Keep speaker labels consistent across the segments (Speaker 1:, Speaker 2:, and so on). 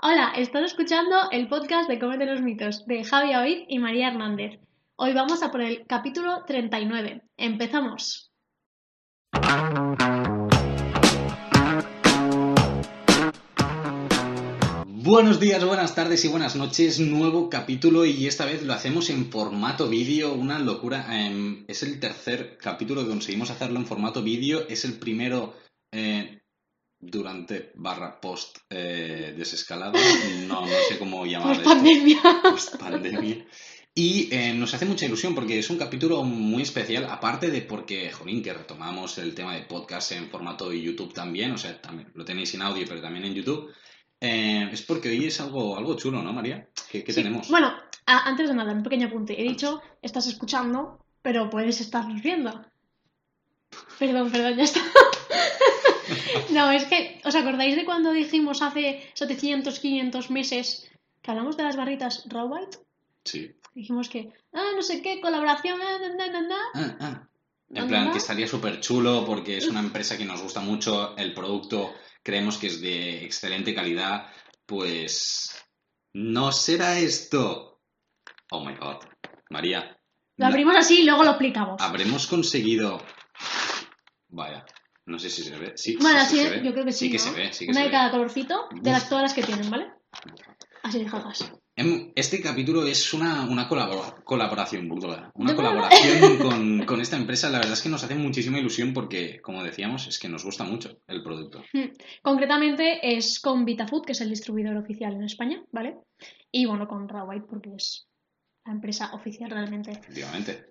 Speaker 1: Hola, estás escuchando el podcast de Comete los mitos de Javi Oid y María Hernández. Hoy vamos a por el capítulo 39. Empezamos.
Speaker 2: Buenos días, buenas tardes y buenas noches. Nuevo capítulo y esta vez lo hacemos en formato vídeo. Una locura. Em, es el tercer capítulo que conseguimos hacerlo en formato vídeo. Es el primero eh, durante barra post eh, desescalada. No, no sé cómo llamar
Speaker 1: Pues
Speaker 2: Ah, esto.
Speaker 1: pandemia.
Speaker 2: Post Pues, pandemia. Y eh, nos hace mucha ilusión porque es un capítulo muy especial, aparte de porque, jolín, que retomamos el tema de podcast en formato YouTube también, o sea, también lo tenéis en audio, pero también en YouTube. Eh, es porque hoy es algo, algo chulo, ¿no, María? ¿Qué, qué
Speaker 1: Sí,
Speaker 2: tenemos?
Speaker 1: Bueno, a- antes de nada, un pequeño apunte. He dicho, estás escuchando, pero puedes estarnos viendo. Perdón, perdón, ya está. no, es que, ¿os acordáis de cuando dijimos hace 700, 500 meses que hablamos de las barritas Rowbite?
Speaker 2: Sí.
Speaker 1: Dijimos que, ah, no sé qué, colaboración, ah, na, na, na, na.
Speaker 2: Ah, ah. En
Speaker 1: ¿Dónde
Speaker 2: plan,
Speaker 1: va?
Speaker 2: que estaría súper chulo porque es una empresa que nos gusta mucho, el producto creemos que es de excelente calidad, pues... ¿No será esto? Oh, my God. María.
Speaker 1: Lo
Speaker 2: no- Ah,
Speaker 1: abrimos así y luego lo explicamos.
Speaker 2: Habremos conseguido. Vaya, no sé si se ve. Sí,
Speaker 1: Bueno,
Speaker 2: sí,
Speaker 1: así
Speaker 2: sí
Speaker 1: es,
Speaker 2: se ve.
Speaker 1: yo creo que sí.
Speaker 2: Sí que
Speaker 1: ¿no?
Speaker 2: se ve, sí que
Speaker 1: Una
Speaker 2: se
Speaker 1: de
Speaker 2: ve.
Speaker 1: cada colorcito, de las todas las que tienen, ¿vale? Así de jajas.
Speaker 2: Em, Este capítulo es una, una colabora- colaboración, burda, una
Speaker 1: De
Speaker 2: colaboración con, con esta empresa. La verdad es que nos hace muchísima ilusión porque, como decíamos, es que nos gusta mucho el producto.
Speaker 1: Concretamente es con VitaFood, que es el distribuidor oficial en España, ¿vale? Y bueno, con Rawhide, porque es la empresa oficial realmente.
Speaker 2: Efectivamente.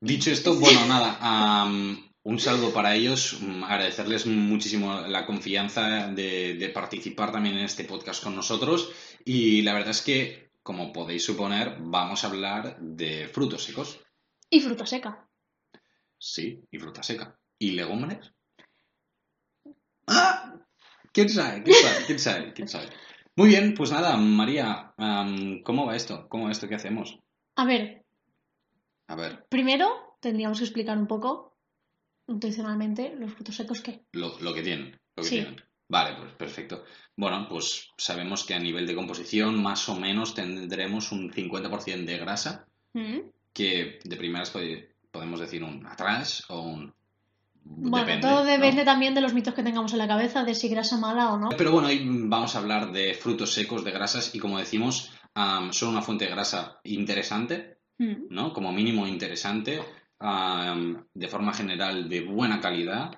Speaker 2: Dicho esto, bueno, nada, am, un saludo para ellos, mm, agradecerles muchísimo la confianza de, de participar también en este podcast con nosotros y la verdad es que, como podéis suponer, vamos a hablar de frutos secos,
Speaker 1: Y fruta seca.
Speaker 2: sí, y fruta seca. ¿Y legumbres? ¡Ah! ¿Quién sabe? ¿Quién sabe? ¿Quién sabe? ¿Quién sabe? Muy bien, pues nada, María, am, ¿cómo va esto? ¿Cómo va esto? ¿Qué hacemos?
Speaker 1: A ver,
Speaker 2: A ver.
Speaker 1: primero tendríamos que explicar un poco, nutricionalmente, los frutos secos que...
Speaker 2: Lo, lo que tienen, lo que
Speaker 1: Sí.
Speaker 2: tienen. Vale, pues perfecto. Bueno, pues sabemos que a nivel de composición más o menos tendremos un 50% de grasa, que de primeras pod- podemos decir un atrás o un...
Speaker 1: Bueno,
Speaker 2: depende,
Speaker 1: todo
Speaker 2: ¿no?
Speaker 1: depende también de los mitos que tengamos en la cabeza, de si grasa mala o no.
Speaker 2: Pero bueno, hoy vamos a hablar de frutos secos, de grasas, y como decimos, am, son una fuente de grasa interesante,
Speaker 1: Mm.
Speaker 2: ¿no? Como mínimo interesante, am, de forma general de buena calidad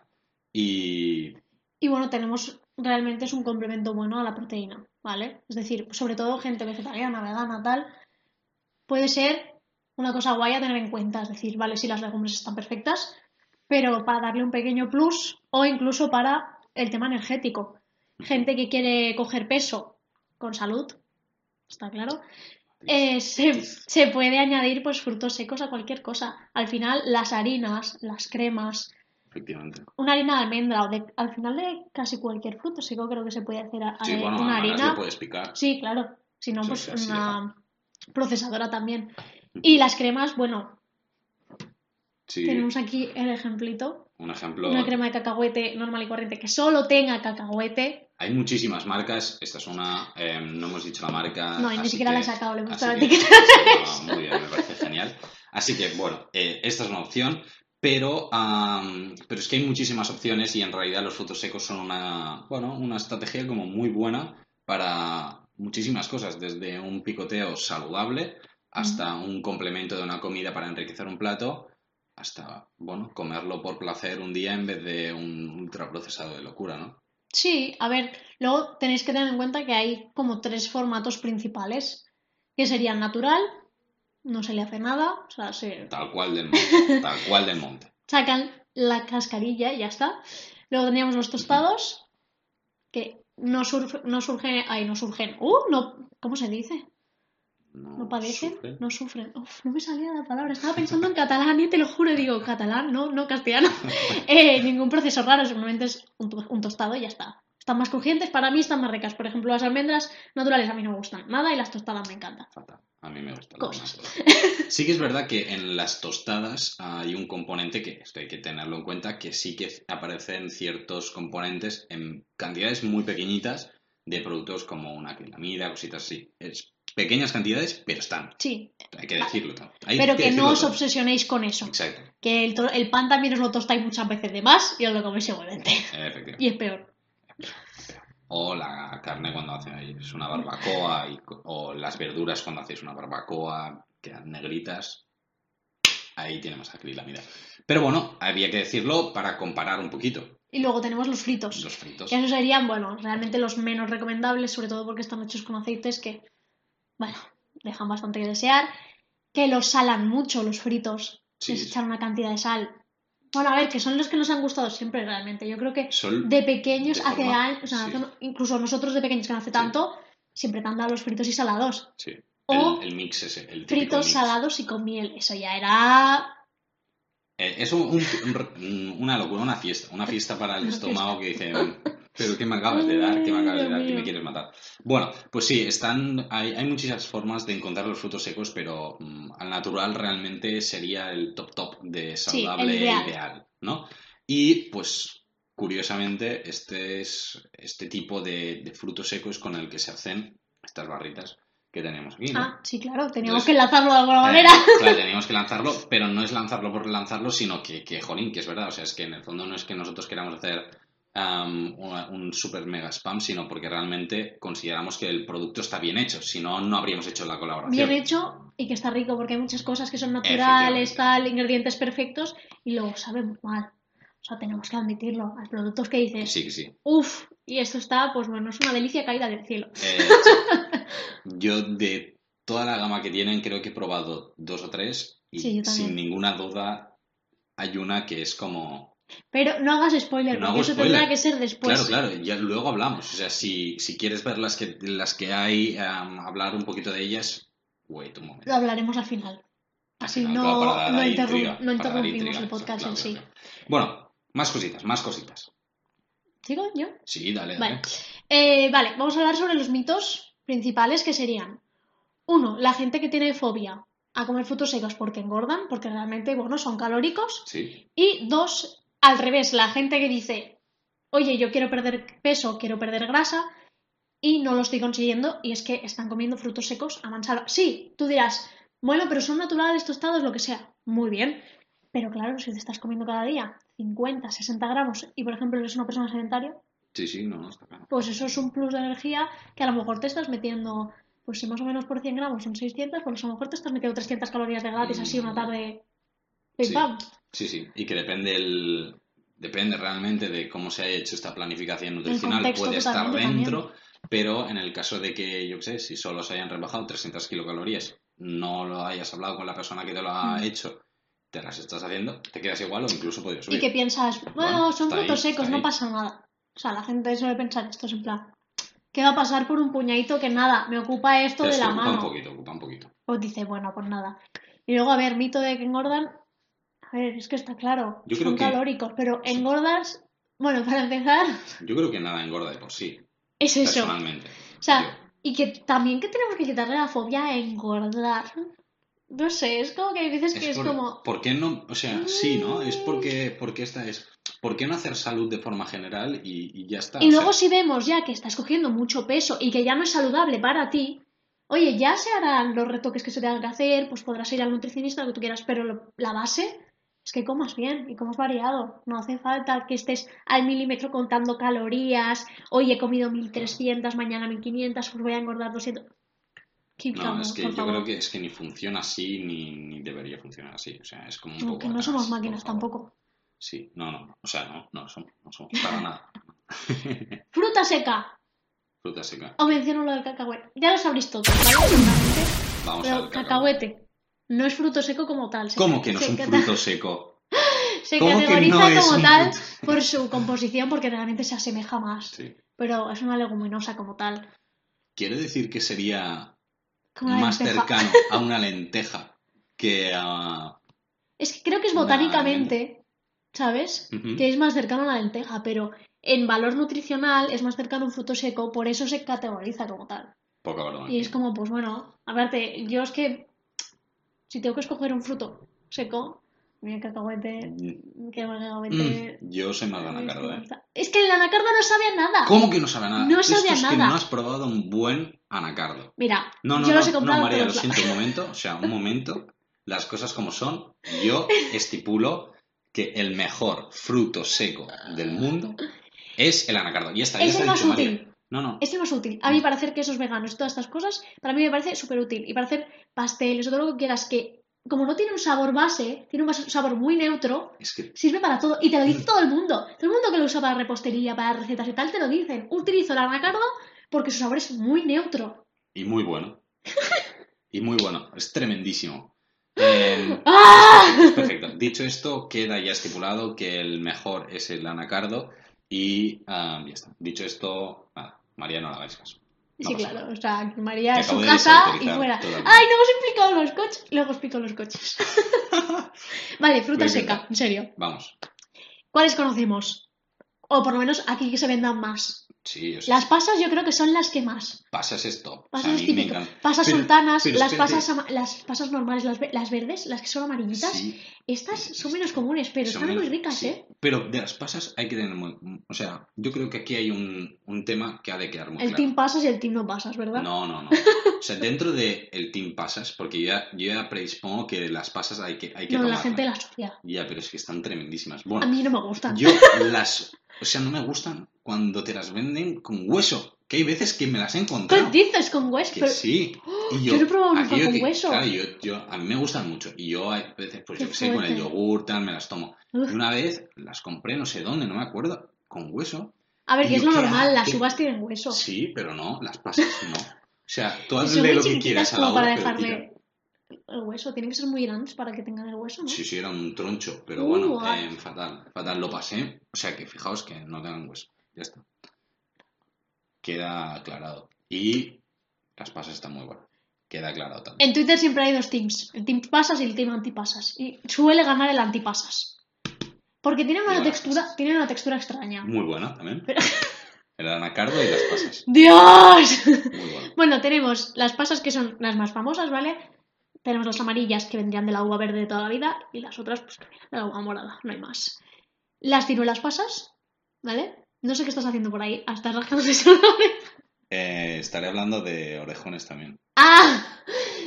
Speaker 2: y...
Speaker 1: Y bueno, tenemos realmente es un complemento bueno a la proteína, ¿vale? Es decir, sobre todo gente vegetariana, vegana, tal, puede ser una cosa guay a tener en cuenta. Es decir, vale, si las legumbres están perfectas, pero para darle un pequeño plus o incluso para el tema energético. Gente que quiere coger peso con salud, está claro, eh, se, se puede añadir pues frutos secos a cualquier cosa. Al final, las harinas, las cremas,
Speaker 2: Efectivamente.
Speaker 1: una harina de almendra o de, al final de casi cualquier fruto seco creo que se puede hacer a-
Speaker 2: Sí,
Speaker 1: eh,
Speaker 2: bueno,
Speaker 1: una
Speaker 2: además
Speaker 1: harina.
Speaker 2: lo puedes picar.
Speaker 1: Sí, claro. Si no,
Speaker 2: Sí,
Speaker 1: pues
Speaker 2: sí, así
Speaker 1: una procesadora también. Y las cremas, bueno,
Speaker 2: Sí,
Speaker 1: tenemos aquí el ejemplito.
Speaker 2: un ejemplo.
Speaker 1: Una crema de cacahuete normal y corriente que solo tenga cacahuete.
Speaker 2: Hay muchísimas marcas. Esta es una. eh, no hemos dicho la marca.
Speaker 1: No, y ni
Speaker 2: Ah, así
Speaker 1: siquiera
Speaker 2: que-
Speaker 1: la he sacado, le he puesto
Speaker 2: así
Speaker 1: la
Speaker 2: que-
Speaker 1: etiqueta.
Speaker 2: Ah, muy bien, me parece genial. Así que, bueno, eh, esta es una opción. Pero, am, pero es que hay muchísimas opciones y en realidad los frutos secos son una, bueno, una estrategia como muy buena para muchísimas cosas, desde un picoteo saludable hasta un complemento de una comida para enriquecer un plato, hasta, bueno, comerlo por placer un día en vez de un ultraprocesado de locura, ¿no?
Speaker 1: Sí, a ver, luego tenéis que tener en cuenta que hay como tres formatos principales, que serían natural, no se le hace nada, o sea, se,
Speaker 2: Tal cual del monte, tal cual del monte.
Speaker 1: sacan la cascarilla y ya está. Luego teníamos los tostados, que no, surf- no surgen, ay, no surgen, uh, no, ¿cómo se dice? ¿No padecen?
Speaker 2: sufre.
Speaker 1: No sufren. Uf, no me salía la palabra, estaba pensando en catalán y te lo juro, digo, catalán, no, no castellano. Eh, ningún proceso raro, simplemente es un, to- un tostado y ya está. Están más crujientes, para mí están más ricas. Por ejemplo, las almendras naturales a mí no me gustan nada y las tostadas me encantan.
Speaker 2: Fatal. A mí me gusta.
Speaker 1: Cosas.
Speaker 2: Sí que es verdad que en las tostadas hay un componente que esto hay que tenerlo en cuenta, que sí que aparecen ciertos componentes en cantidades muy pequeñitas de productos como una acrilamida, cositas así. Es pequeñas cantidades, pero están.
Speaker 1: Sí,
Speaker 2: Hay que decirlo. tal. Hay
Speaker 1: pero que no
Speaker 2: decirlo
Speaker 1: os
Speaker 2: todo.
Speaker 1: obsesionéis con eso.
Speaker 2: Exacto,
Speaker 1: Que el, to- el pan también os lo tostáis muchas veces de más y os lo coméis igualmente.
Speaker 2: efectivamente.
Speaker 1: Y es peor.
Speaker 2: O la carne cuando hacéis una barbacoa, y co- o las verduras cuando hacéis una barbacoa, quedan negritas. Ahí tiene más acrilamida. Pero bueno, había que decirlo para comparar un poquito
Speaker 1: Y luego tenemos los fritos.
Speaker 2: los fritos.
Speaker 1: Que esos serían, bueno, realmente los menos recomendables, sobre todo porque están hechos con aceites que, bueno, dejan bastante que desear. Que los salan mucho los fritos.
Speaker 2: Sí,
Speaker 1: Les echan una cantidad de sal. Bueno, a ver, que son los que nos han gustado siempre realmente. Yo creo que
Speaker 2: son-
Speaker 1: de pequeños
Speaker 2: De
Speaker 1: hace
Speaker 2: forma-
Speaker 1: años, o sea,
Speaker 2: sí.
Speaker 1: hace- incluso nosotros de pequeños que no hace tanto, siempre te han dado los fritos y salados.
Speaker 2: sí, el-
Speaker 1: o
Speaker 2: el, mix ese, el típico
Speaker 1: Fritos,
Speaker 2: mix.
Speaker 1: salados y con miel. Eso ya era
Speaker 2: Eh, es un- un- un- una locura, una fiesta. Una fiesta para el
Speaker 1: Una
Speaker 2: estómago que dice, pero ¿qué me acabas de dar? ¿Qué me acabas de
Speaker 1: Dios
Speaker 2: dar? ¿Qué me
Speaker 1: mío.
Speaker 2: quieres matar? Bueno, pues sí, están, hay, hay muchísimas formas de encontrar los frutos secos, pero mm, al natural realmente sería el top top de saludable e
Speaker 1: ideal.
Speaker 2: ideal, ¿no? Y pues curiosamente, este es este tipo de, de frutos secos con el que se hacen estas barritas que tenemos aquí, ¿no?
Speaker 1: Ah, sí, claro, teníamos
Speaker 2: Entonces-
Speaker 1: que enlazarlo de alguna
Speaker 2: Eh,
Speaker 1: manera.
Speaker 2: claro, teníamos que lanzarlo, pero no es lanzarlo por lanzarlo, sino que, que, jolín, que es verdad. O sea, es que en el fondo no es que nosotros queramos hacer am, una- un super mega spam, sino porque realmente consideramos que el producto está bien hecho. Si no, no habríamos hecho la colaboración.
Speaker 1: Bien hecho y que está rico porque hay muchas cosas que son
Speaker 2: Efectivamente.
Speaker 1: naturales, tal, ingredientes perfectos y luego sabe muy mal. O sea, tenemos que admitirlo. Hay productos que
Speaker 2: Que
Speaker 1: dices,
Speaker 2: Sí, que sí.
Speaker 1: uff, y esto está, pues bueno, es una delicia caída del cielo.
Speaker 2: Eh, yo de toda la gama que tienen, creo que he probado dos o tres y
Speaker 1: Sí, yo también.
Speaker 2: sin ninguna duda hay una que es como...
Speaker 1: Pero no hagas spoiler,
Speaker 2: No
Speaker 1: porque
Speaker 2: hago
Speaker 1: eso
Speaker 2: spoiler.
Speaker 1: tendrá que ser después.
Speaker 2: Claro, claro, ya luego hablamos. O sea, si, si quieres ver las que, las que hay, am, hablar un poquito de ellas, wait un momento.
Speaker 1: Lo hablaremos al final. Así
Speaker 2: Al
Speaker 1: no,
Speaker 2: final, claro, para dar
Speaker 1: no
Speaker 2: ahí
Speaker 1: interrum-
Speaker 2: intriga,
Speaker 1: no
Speaker 2: para dar
Speaker 1: interrumpimos
Speaker 2: intriga,
Speaker 1: el podcast
Speaker 2: claro,
Speaker 1: en sí.
Speaker 2: claro, claro. Bueno, más cositas, más cositas.
Speaker 1: ¿Sigo yo?
Speaker 2: Sí, dale, dale.
Speaker 1: Vale. Eh, vale, vamos a hablar sobre los mitos principales que serían, uno, la gente que tiene fobia a comer frutos secos porque engordan, porque realmente, bueno, son calóricos.
Speaker 2: Sí,
Speaker 1: Y dos, al revés, la gente que dice, oye, yo quiero perder peso, quiero perder grasa y no lo estoy consiguiendo y es que están comiendo frutos secos a mansalva. Sí, tú dirás, bueno, pero son naturales, tostados, lo que sea. Muy bien. Pero claro, si te estás comiendo cada día 50, 60 gramos y, por ejemplo, eres una persona sedentaria,
Speaker 2: sí, sí, no, no, está claro.
Speaker 1: pues eso es un plus de energía que a lo mejor te estás metiendo, pues si más o menos por 100 gramos son 600, pues a lo mejor te estás metiendo 300 calorías de gratis así una tarde. Pim
Speaker 2: Sí.
Speaker 1: pam.
Speaker 2: Sí, sí, y que depende el... Depende realmente de cómo se haya hecho esta planificación
Speaker 1: El
Speaker 2: nutricional,
Speaker 1: contexto
Speaker 2: puede estar
Speaker 1: totalmente también.
Speaker 2: dentro, pero en el caso de que, yo qué sé, si solo se hayan rebajado 300 kilocalorías, no lo hayas hablado con la persona que te lo ha
Speaker 1: Mm.
Speaker 2: hecho, te las estás haciendo, te quedas igual o incluso podías subir.
Speaker 1: Y que piensas, bueno,
Speaker 2: Bueno,
Speaker 1: son
Speaker 2: está ahí,
Speaker 1: frutos secos,
Speaker 2: está
Speaker 1: no
Speaker 2: ahí.
Speaker 1: pasa nada. O sea, la gente suele pensar esto es en plan, ¿qué va a pasar por un puñadito que nada? Me ocupa esto de
Speaker 2: Pero es que
Speaker 1: la
Speaker 2: ocupa un
Speaker 1: mano.
Speaker 2: poquito, ocupa un poquito.
Speaker 1: Pues dice, bueno, pues nada. Y luego, a ver, mito de que engordan. A ver, es que está claro,
Speaker 2: Yo creo
Speaker 1: son
Speaker 2: que-
Speaker 1: calóricos, pero
Speaker 2: Sí.
Speaker 1: engordas, bueno, para empezar,
Speaker 2: Yo creo que nada engorda de por sí,
Speaker 1: es eso.
Speaker 2: personalmente.
Speaker 1: O sea, y que también que tenemos que quitarle la fobia a engordar. No sé, es como que hay veces
Speaker 2: Yo-
Speaker 1: que es
Speaker 2: por-
Speaker 1: como... Mm.
Speaker 2: ¿Por qué no? O sea, sí, ¿no? Es porque, porque esta es... ¿Por qué no hacer salud de forma general y, y ya está?
Speaker 1: Y
Speaker 2: O
Speaker 1: luego si
Speaker 2: sea,
Speaker 1: vemos ya que estás cogiendo mucho peso y que ya no es saludable para ti, oye, ya se harán los retoques que se tengan que hacer, pues podrás ir al nutricionista, lo que tú quieras, pero lo- la base es que comas bien y comas variado. No hace falta que estés al milímetro contando calorías, hoy he comido 1300, mañana 1500, pues voy a engordar 200. Keep
Speaker 2: No,
Speaker 1: calm,
Speaker 2: es que
Speaker 1: por
Speaker 2: yo
Speaker 1: favor.
Speaker 2: creo que es que ni funciona así ni, ni debería funcionar así. O sea, es como un
Speaker 1: No,
Speaker 2: poco
Speaker 1: que no
Speaker 2: atrás,
Speaker 1: somos
Speaker 2: por
Speaker 1: máquinas
Speaker 2: favor.
Speaker 1: tampoco.
Speaker 2: Sí, no, no. O sea, no, no somos, no somos para nada.
Speaker 1: Fruta seca.
Speaker 2: Fruta seca.
Speaker 1: O menciono lo del cacahuete. Ya lo sabréis todos, ¿vale? Seguramente.
Speaker 2: Vamos
Speaker 1: Pero
Speaker 2: al cacahuete.
Speaker 1: cacahuete. No es fruto seco como tal. se-
Speaker 2: ¿Cómo que no es
Speaker 1: se
Speaker 2: un
Speaker 1: cata-
Speaker 2: fruto seco?
Speaker 1: Se
Speaker 2: ¿Cómo que no
Speaker 1: categoriza
Speaker 2: es
Speaker 1: como
Speaker 2: un
Speaker 1: tal por su composición porque realmente se asemeja más.
Speaker 2: Sí.
Speaker 1: Pero es una leguminosa como tal.
Speaker 2: Quiere decir que sería
Speaker 1: Como una
Speaker 2: más
Speaker 1: lenteja.
Speaker 2: cercano a una lenteja que a...
Speaker 1: Es que creo que es
Speaker 2: Una
Speaker 1: botánicamente, ¿sabes?
Speaker 2: Ujú.
Speaker 1: Que es más cercano a la lenteja, pero en valor nutricional es más cercano a un fruto seco, por eso se categoriza como tal.
Speaker 2: Poca broma.
Speaker 1: Y es como, pues bueno, aparte, yo es que si tengo que escoger un fruto seco, Mira el cacahuete.
Speaker 2: Mm,
Speaker 1: Que el cacahuete.
Speaker 2: Yo soy más de anacarda, ¿eh?
Speaker 1: Es que el anacarda no sabe a nada.
Speaker 2: ¿Cómo que no sabe nada?
Speaker 1: No
Speaker 2: Esto
Speaker 1: sabe a
Speaker 2: es que
Speaker 1: nada.
Speaker 2: no has probado un buen anacardo.
Speaker 1: Mira,
Speaker 2: No, no,
Speaker 1: yo
Speaker 2: no,
Speaker 1: los he
Speaker 2: no,
Speaker 1: comprado.
Speaker 2: María,
Speaker 1: pero
Speaker 2: lo
Speaker 1: los-
Speaker 2: siento un momento. O sea, un momento. Las cosas como son. Yo estipulo que el mejor fruto seco del mundo es el anacardo. Y esta, ya
Speaker 1: Es
Speaker 2: está
Speaker 1: el más
Speaker 2: dicho, María.
Speaker 1: útil.
Speaker 2: No, no.
Speaker 1: Es el más útil. A mí, para hacer quesos veganos y todas estas cosas, para mí me parece súper útil. Y para hacer pasteles o todo lo que quieras, que como no tiene un sabor base, tiene un vas- sabor muy neutro,
Speaker 2: Es que
Speaker 1: sirve para todo. Y te lo dice
Speaker 2: Mm.
Speaker 1: todo el mundo. Todo el mundo que lo usa para repostería, para recetas y tal, te lo dicen. Utilizo el anacardo porque su sabor es muy neutro.
Speaker 2: Y muy bueno. Y muy bueno. Es tremendísimo. Eh,
Speaker 1: ¡Ah!
Speaker 2: perfecto. Dicho esto, queda ya estipulado que el mejor es el anacardo. Y ah, ya está. Dicho esto, nada, María, no la hagáis caso. No
Speaker 1: Sí,
Speaker 2: pasa
Speaker 1: claro. O sea, que María
Speaker 2: Te
Speaker 1: es
Speaker 2: acabo
Speaker 1: su
Speaker 2: de
Speaker 1: casa y
Speaker 2: desautorizar
Speaker 1: fuera.
Speaker 2: totalmente.
Speaker 1: ¡Ay, no hemos explicado los coches! Luego explico los coches. vale, fruta
Speaker 2: Venga.
Speaker 1: seca, en serio.
Speaker 2: Vamos.
Speaker 1: ¿Cuáles conocemos? O por lo menos aquí que se vendan más.
Speaker 2: Sí, o sea,
Speaker 1: Las pasas yo creo que son las que más.
Speaker 2: pasas esto.
Speaker 1: Pasas
Speaker 2: a
Speaker 1: es
Speaker 2: mí me
Speaker 1: típico.
Speaker 2: encanta.
Speaker 1: Pasas
Speaker 2: Pero-
Speaker 1: sultanas,
Speaker 2: pero
Speaker 1: las,
Speaker 2: espérate.
Speaker 1: pasas, ama- las pasas normales, las, ve- las verdes, las que son amarillitas.
Speaker 2: Sí,
Speaker 1: Estas son menos comunes, pero
Speaker 2: son
Speaker 1: están muy
Speaker 2: menos-
Speaker 1: ricas,
Speaker 2: sí.
Speaker 1: ¿eh?
Speaker 2: Pero de las pasas hay que tener muy... O sea, yo creo que aquí hay un, un tema que ha de quedar muy
Speaker 1: El
Speaker 2: claro.
Speaker 1: team pasas y el team no pasas, ¿verdad?
Speaker 2: No, no, no. O sea, dentro del el team pasas, porque yo ya, yo ya predispongo que las pasas hay que, hay que
Speaker 1: No, la
Speaker 2: tomarlas.
Speaker 1: gente las odia.
Speaker 2: Ya, pero es que están tremendísimas.
Speaker 1: A
Speaker 2: Bueno,
Speaker 1: mí no me gustan.
Speaker 2: yo las... O sea, no me gustan cuando te las venden con hueso. Que hay veces que me las he
Speaker 1: ¿Qué
Speaker 2: encontrado.
Speaker 1: dices con hueso?
Speaker 2: Que
Speaker 1: Pero- ¡oh!
Speaker 2: sí. Y
Speaker 1: yo no he probado nunca
Speaker 2: aquello
Speaker 1: con hueso.
Speaker 2: Claro, yo, yo- a mí me gustan mucho. Y yo hay veces, pues yo
Speaker 1: Qué
Speaker 2: qué sé, con el
Speaker 1: fuerte.
Speaker 2: yogur, tal, me las tomo. Y
Speaker 1: Uf.
Speaker 2: una vez las compré, no sé dónde, no me acuerdo, con hueso.
Speaker 1: A ver, que
Speaker 2: Yo
Speaker 1: es lo
Speaker 2: qué
Speaker 1: normal, las
Speaker 2: asco.
Speaker 1: uvas tienen hueso.
Speaker 2: Sí, pero no, las pasas no. O sea, tú
Speaker 1: Y son muy
Speaker 2: hazle lo que
Speaker 1: chiquititas
Speaker 2: quieras a la
Speaker 1: como para
Speaker 2: hora, pero tira.
Speaker 1: dejarle el hueso. Tienen que ser muy grandes para que tengan el hueso, ¿no?
Speaker 2: Sí, sí, era un troncho, pero
Speaker 1: Uh,
Speaker 2: bueno,
Speaker 1: ay.
Speaker 2: eh, fatal, fatal, lo pasé. O sea que fijaos que no tengan hueso, ya está. Queda aclarado. Y las pasas están muy buenas, queda aclarado también.
Speaker 1: En Twitter siempre hay dos teams, el team pasas y el team antipasas. Y suele ganar el antipasas. Porque tiene una
Speaker 2: Lleva las
Speaker 1: textura, tiene una textura extraña.
Speaker 2: Muy buena también. El anacardo y las pasas,
Speaker 1: ¡Dios!
Speaker 2: muy bueno.
Speaker 1: bueno, tenemos las pasas que son las más famosas, ¿vale? Tenemos las amarillas que vendrían de la uva verde de toda la vida y las otras pues que vienen de la uva morada, no hay más. Las ciruelas pasas, ¿vale? No sé qué estás haciendo por ahí, estás rascándote solo.
Speaker 2: Eh, estaré hablando de orejones también.
Speaker 1: ¡Ah!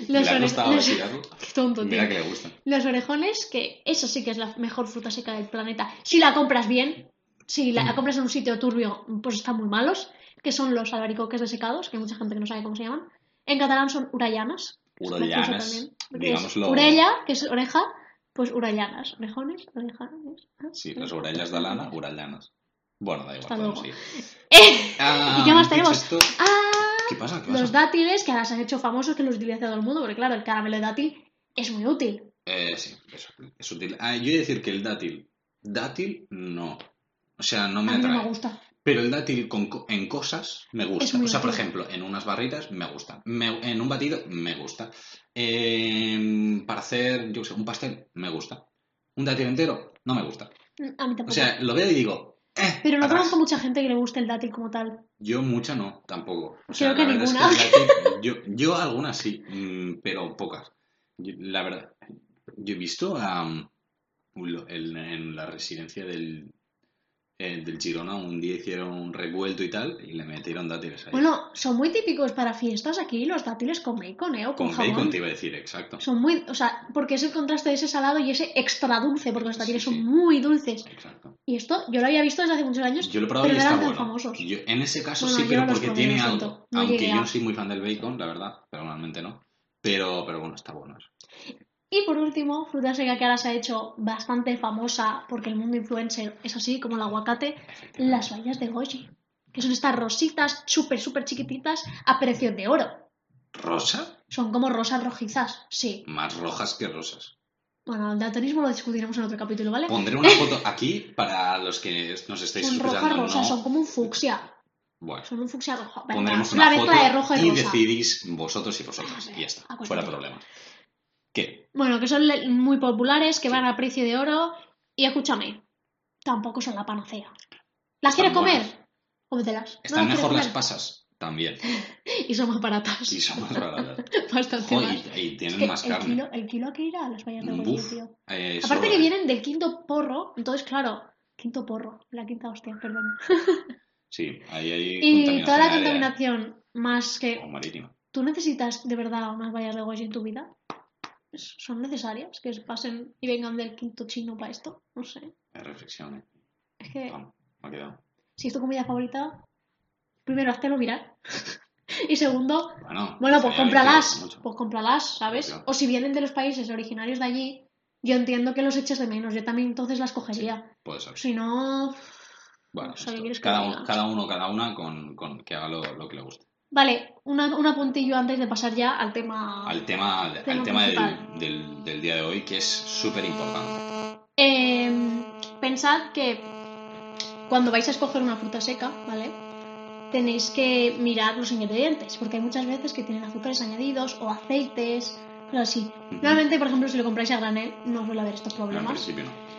Speaker 1: Los
Speaker 2: Mirarlo
Speaker 1: ore-
Speaker 2: estaba
Speaker 1: los-
Speaker 2: mirarlo.
Speaker 1: Qué tonto, tío.
Speaker 2: Mira que le gustan.
Speaker 1: Los orejones, que eso sí que es la mejor fruta seca del planeta. Si la compras bien, si
Speaker 2: Mm.
Speaker 1: la, la compras en un sitio turbio, pues están muy malos, que son los albaricoques desecados, que hay mucha gente que no sabe cómo se llaman. En catalán son urellanas. que es gracioso
Speaker 2: Urellanas,
Speaker 1: también, porque
Speaker 2: digámoslo.
Speaker 1: es Urella, que es oreja, pues urellanas. Orejones, orejanes. ah,
Speaker 2: Sí, las orellas de lana, urellanas. Bueno, da igual,
Speaker 1: Hasta
Speaker 2: podemos
Speaker 1: luego.
Speaker 2: seguir.
Speaker 1: ¡Eh!
Speaker 2: Ah,
Speaker 1: ¿Y qué más
Speaker 2: dicho
Speaker 1: tenemos?
Speaker 2: esto-
Speaker 1: ¡Ah!
Speaker 2: ¿Qué pasa? ¿Qué pasa?
Speaker 1: Los dátiles, que ahora se han hecho famosos, que los utiliza todo el mundo, porque claro, el caramelo de dátil es muy útil.
Speaker 2: Eh, sí, es, es útil. Ah, yo he de decir que el dátil. Dátil, no. O sea, no me
Speaker 1: A mí no me
Speaker 2: atrae.
Speaker 1: gusta.
Speaker 2: Pero el dátil con co- en cosas me gusta.
Speaker 1: muy
Speaker 2: O sea, por
Speaker 1: útil.
Speaker 2: ejemplo, en unas barritas me gusta. Me- en un batido me gusta. Eh, para hacer, yo qué sé, un pastel me gusta. Un dátil entero no me gusta.
Speaker 1: A mí tampoco.
Speaker 2: O sea, lo veo y digo. eh,
Speaker 1: Pero no
Speaker 2: atrás.
Speaker 1: conozco mucha gente que le guste el dátil como tal.
Speaker 2: Yo mucha no, tampoco. O sea,
Speaker 1: Creo que
Speaker 2: la verdad es
Speaker 1: ninguna.
Speaker 2: que el dátil- yo, yo algunas sí, mm, pero pocas. Yo- la verdad, yo he visto am, un lo- el- en la residencia del, eh, del Girona un día hicieron un revuelto y tal y le metieron dátiles ahí.
Speaker 1: Bueno, son muy típicos para fiestas aquí los dátiles con bacon, ¿eh? O con,
Speaker 2: Con
Speaker 1: jamón.
Speaker 2: bacon te iba a decir, exacto.
Speaker 1: Son muy, o sea, porque es el contraste de ese salado y ese extra dulce, porque los dátiles
Speaker 2: Sí, sí.
Speaker 1: son muy dulces.
Speaker 2: Exacto.
Speaker 1: Y esto yo lo había visto desde hace muchos años.
Speaker 2: Yo lo he probado
Speaker 1: pero
Speaker 2: y
Speaker 1: no
Speaker 2: está
Speaker 1: eran tan
Speaker 2: bueno.
Speaker 1: famosos.
Speaker 2: Yo- en ese caso
Speaker 1: Bueno,
Speaker 2: sí,
Speaker 1: yo
Speaker 2: pero
Speaker 1: no los
Speaker 2: porque
Speaker 1: probé, lo
Speaker 2: tiene
Speaker 1: siento.
Speaker 2: algo.
Speaker 1: No
Speaker 2: Aunque
Speaker 1: llegué
Speaker 2: yo
Speaker 1: a-
Speaker 2: no soy muy fan del bacon, la verdad, personalmente no. Pero, pero bueno, está bueno. eso.
Speaker 1: Y por último, fruta seca que ahora se ha hecho bastante famosa porque el mundo influencer es así, como el aguacate, las bayas de goji. Que son estas rositas súper, súper chiquititas a precio de oro.
Speaker 2: ¿Rosa?
Speaker 1: Son como rosas rojizas, sí.
Speaker 2: Más rojas que rosas.
Speaker 1: Bueno, el datonismo lo discutiremos en otro capítulo, ¿vale?
Speaker 2: Pondré una foto aquí para los que nos estáis
Speaker 1: Son
Speaker 2: escuchando.
Speaker 1: rojas rosas,
Speaker 2: no.
Speaker 1: son como un fucsia.
Speaker 2: Bueno,
Speaker 1: Son un fucsia rojo. Venga,
Speaker 2: pondremos
Speaker 1: es
Speaker 2: una
Speaker 1: una
Speaker 2: foto
Speaker 1: mezcla de rojo y,
Speaker 2: y
Speaker 1: rosa. Ah,
Speaker 2: decidís vosotros y vosotras. Y ya está,
Speaker 1: Acuérdate.
Speaker 2: fuera problema. ¿Qué?
Speaker 1: Bueno, que son le- muy populares, que van a precio de oro. Y escúchame, tampoco son la panacea. ¿Las
Speaker 2: Están
Speaker 1: quieres comer?
Speaker 2: buenas.
Speaker 1: Cómetelas. ¿No
Speaker 2: Están
Speaker 1: las
Speaker 2: mejor
Speaker 1: quieres
Speaker 2: las
Speaker 1: comer?
Speaker 2: pasas también.
Speaker 1: y son más baratas.
Speaker 2: Y son más baratas.
Speaker 1: Bastante
Speaker 2: Joder,
Speaker 1: más.
Speaker 2: y, y
Speaker 1: Es
Speaker 2: tienen
Speaker 1: que
Speaker 2: más
Speaker 1: el,
Speaker 2: carne.
Speaker 1: kilo, el kilo que irá a las vallas de
Speaker 2: Mm,
Speaker 1: Goyo,
Speaker 2: buf.
Speaker 1: tío.
Speaker 2: Eh,
Speaker 1: Aparte
Speaker 2: sobra.
Speaker 1: que vienen del quinto porro, entonces claro, quinto porro, la quinta hostia, perdón.
Speaker 2: Sí, ahí hay
Speaker 1: Y toda la
Speaker 2: aérea
Speaker 1: contaminación, más
Speaker 2: O
Speaker 1: que...
Speaker 2: marítima.
Speaker 1: ¿Tú necesitas de verdad unas vallas de Goyo en tu vida? ¿Es- ¿Son necesarias que pasen y vengan del quinto chino para esto? No sé.
Speaker 2: Eh, Reflexión, eh.
Speaker 1: Es que
Speaker 2: Pam, me ha quedado.
Speaker 1: si es tu comida favorita, primero, hazlo mirar. y segundo,
Speaker 2: Bueno,
Speaker 1: Bueno, pues
Speaker 2: estaría bien que
Speaker 1: cómpralas,
Speaker 2: mucho.
Speaker 1: pues cómpralas, ¿sabes?
Speaker 2: Claro.
Speaker 1: O si vienen de los países originarios de allí, yo entiendo que los eches de menos, yo también entonces las cogería.
Speaker 2: Puede ser.
Speaker 1: Si no...
Speaker 2: Bueno,
Speaker 1: no sé qué
Speaker 2: esto,
Speaker 1: quieres que
Speaker 2: cada,
Speaker 1: te
Speaker 2: uno,
Speaker 1: diga.
Speaker 2: cada uno, cada una, con, con que haga lo, lo que le guste.
Speaker 1: Vale, una, un apuntillo antes de pasar ya al tema...
Speaker 2: Al tema, al
Speaker 1: Tema
Speaker 2: tema del,
Speaker 1: Ah, principal.
Speaker 2: del, del día de hoy, que es súper importante.
Speaker 1: Em, pensad que cuando vais a escoger una fruta seca, ¿vale? Tenéis que mirar los ingredientes, porque hay muchas veces que tienen azúcares añadidos o aceites, cosas así. Normalmente, por ejemplo, si lo compráis a granel, no suele haber estos
Speaker 2: No, en
Speaker 1: problemas.
Speaker 2: principio no.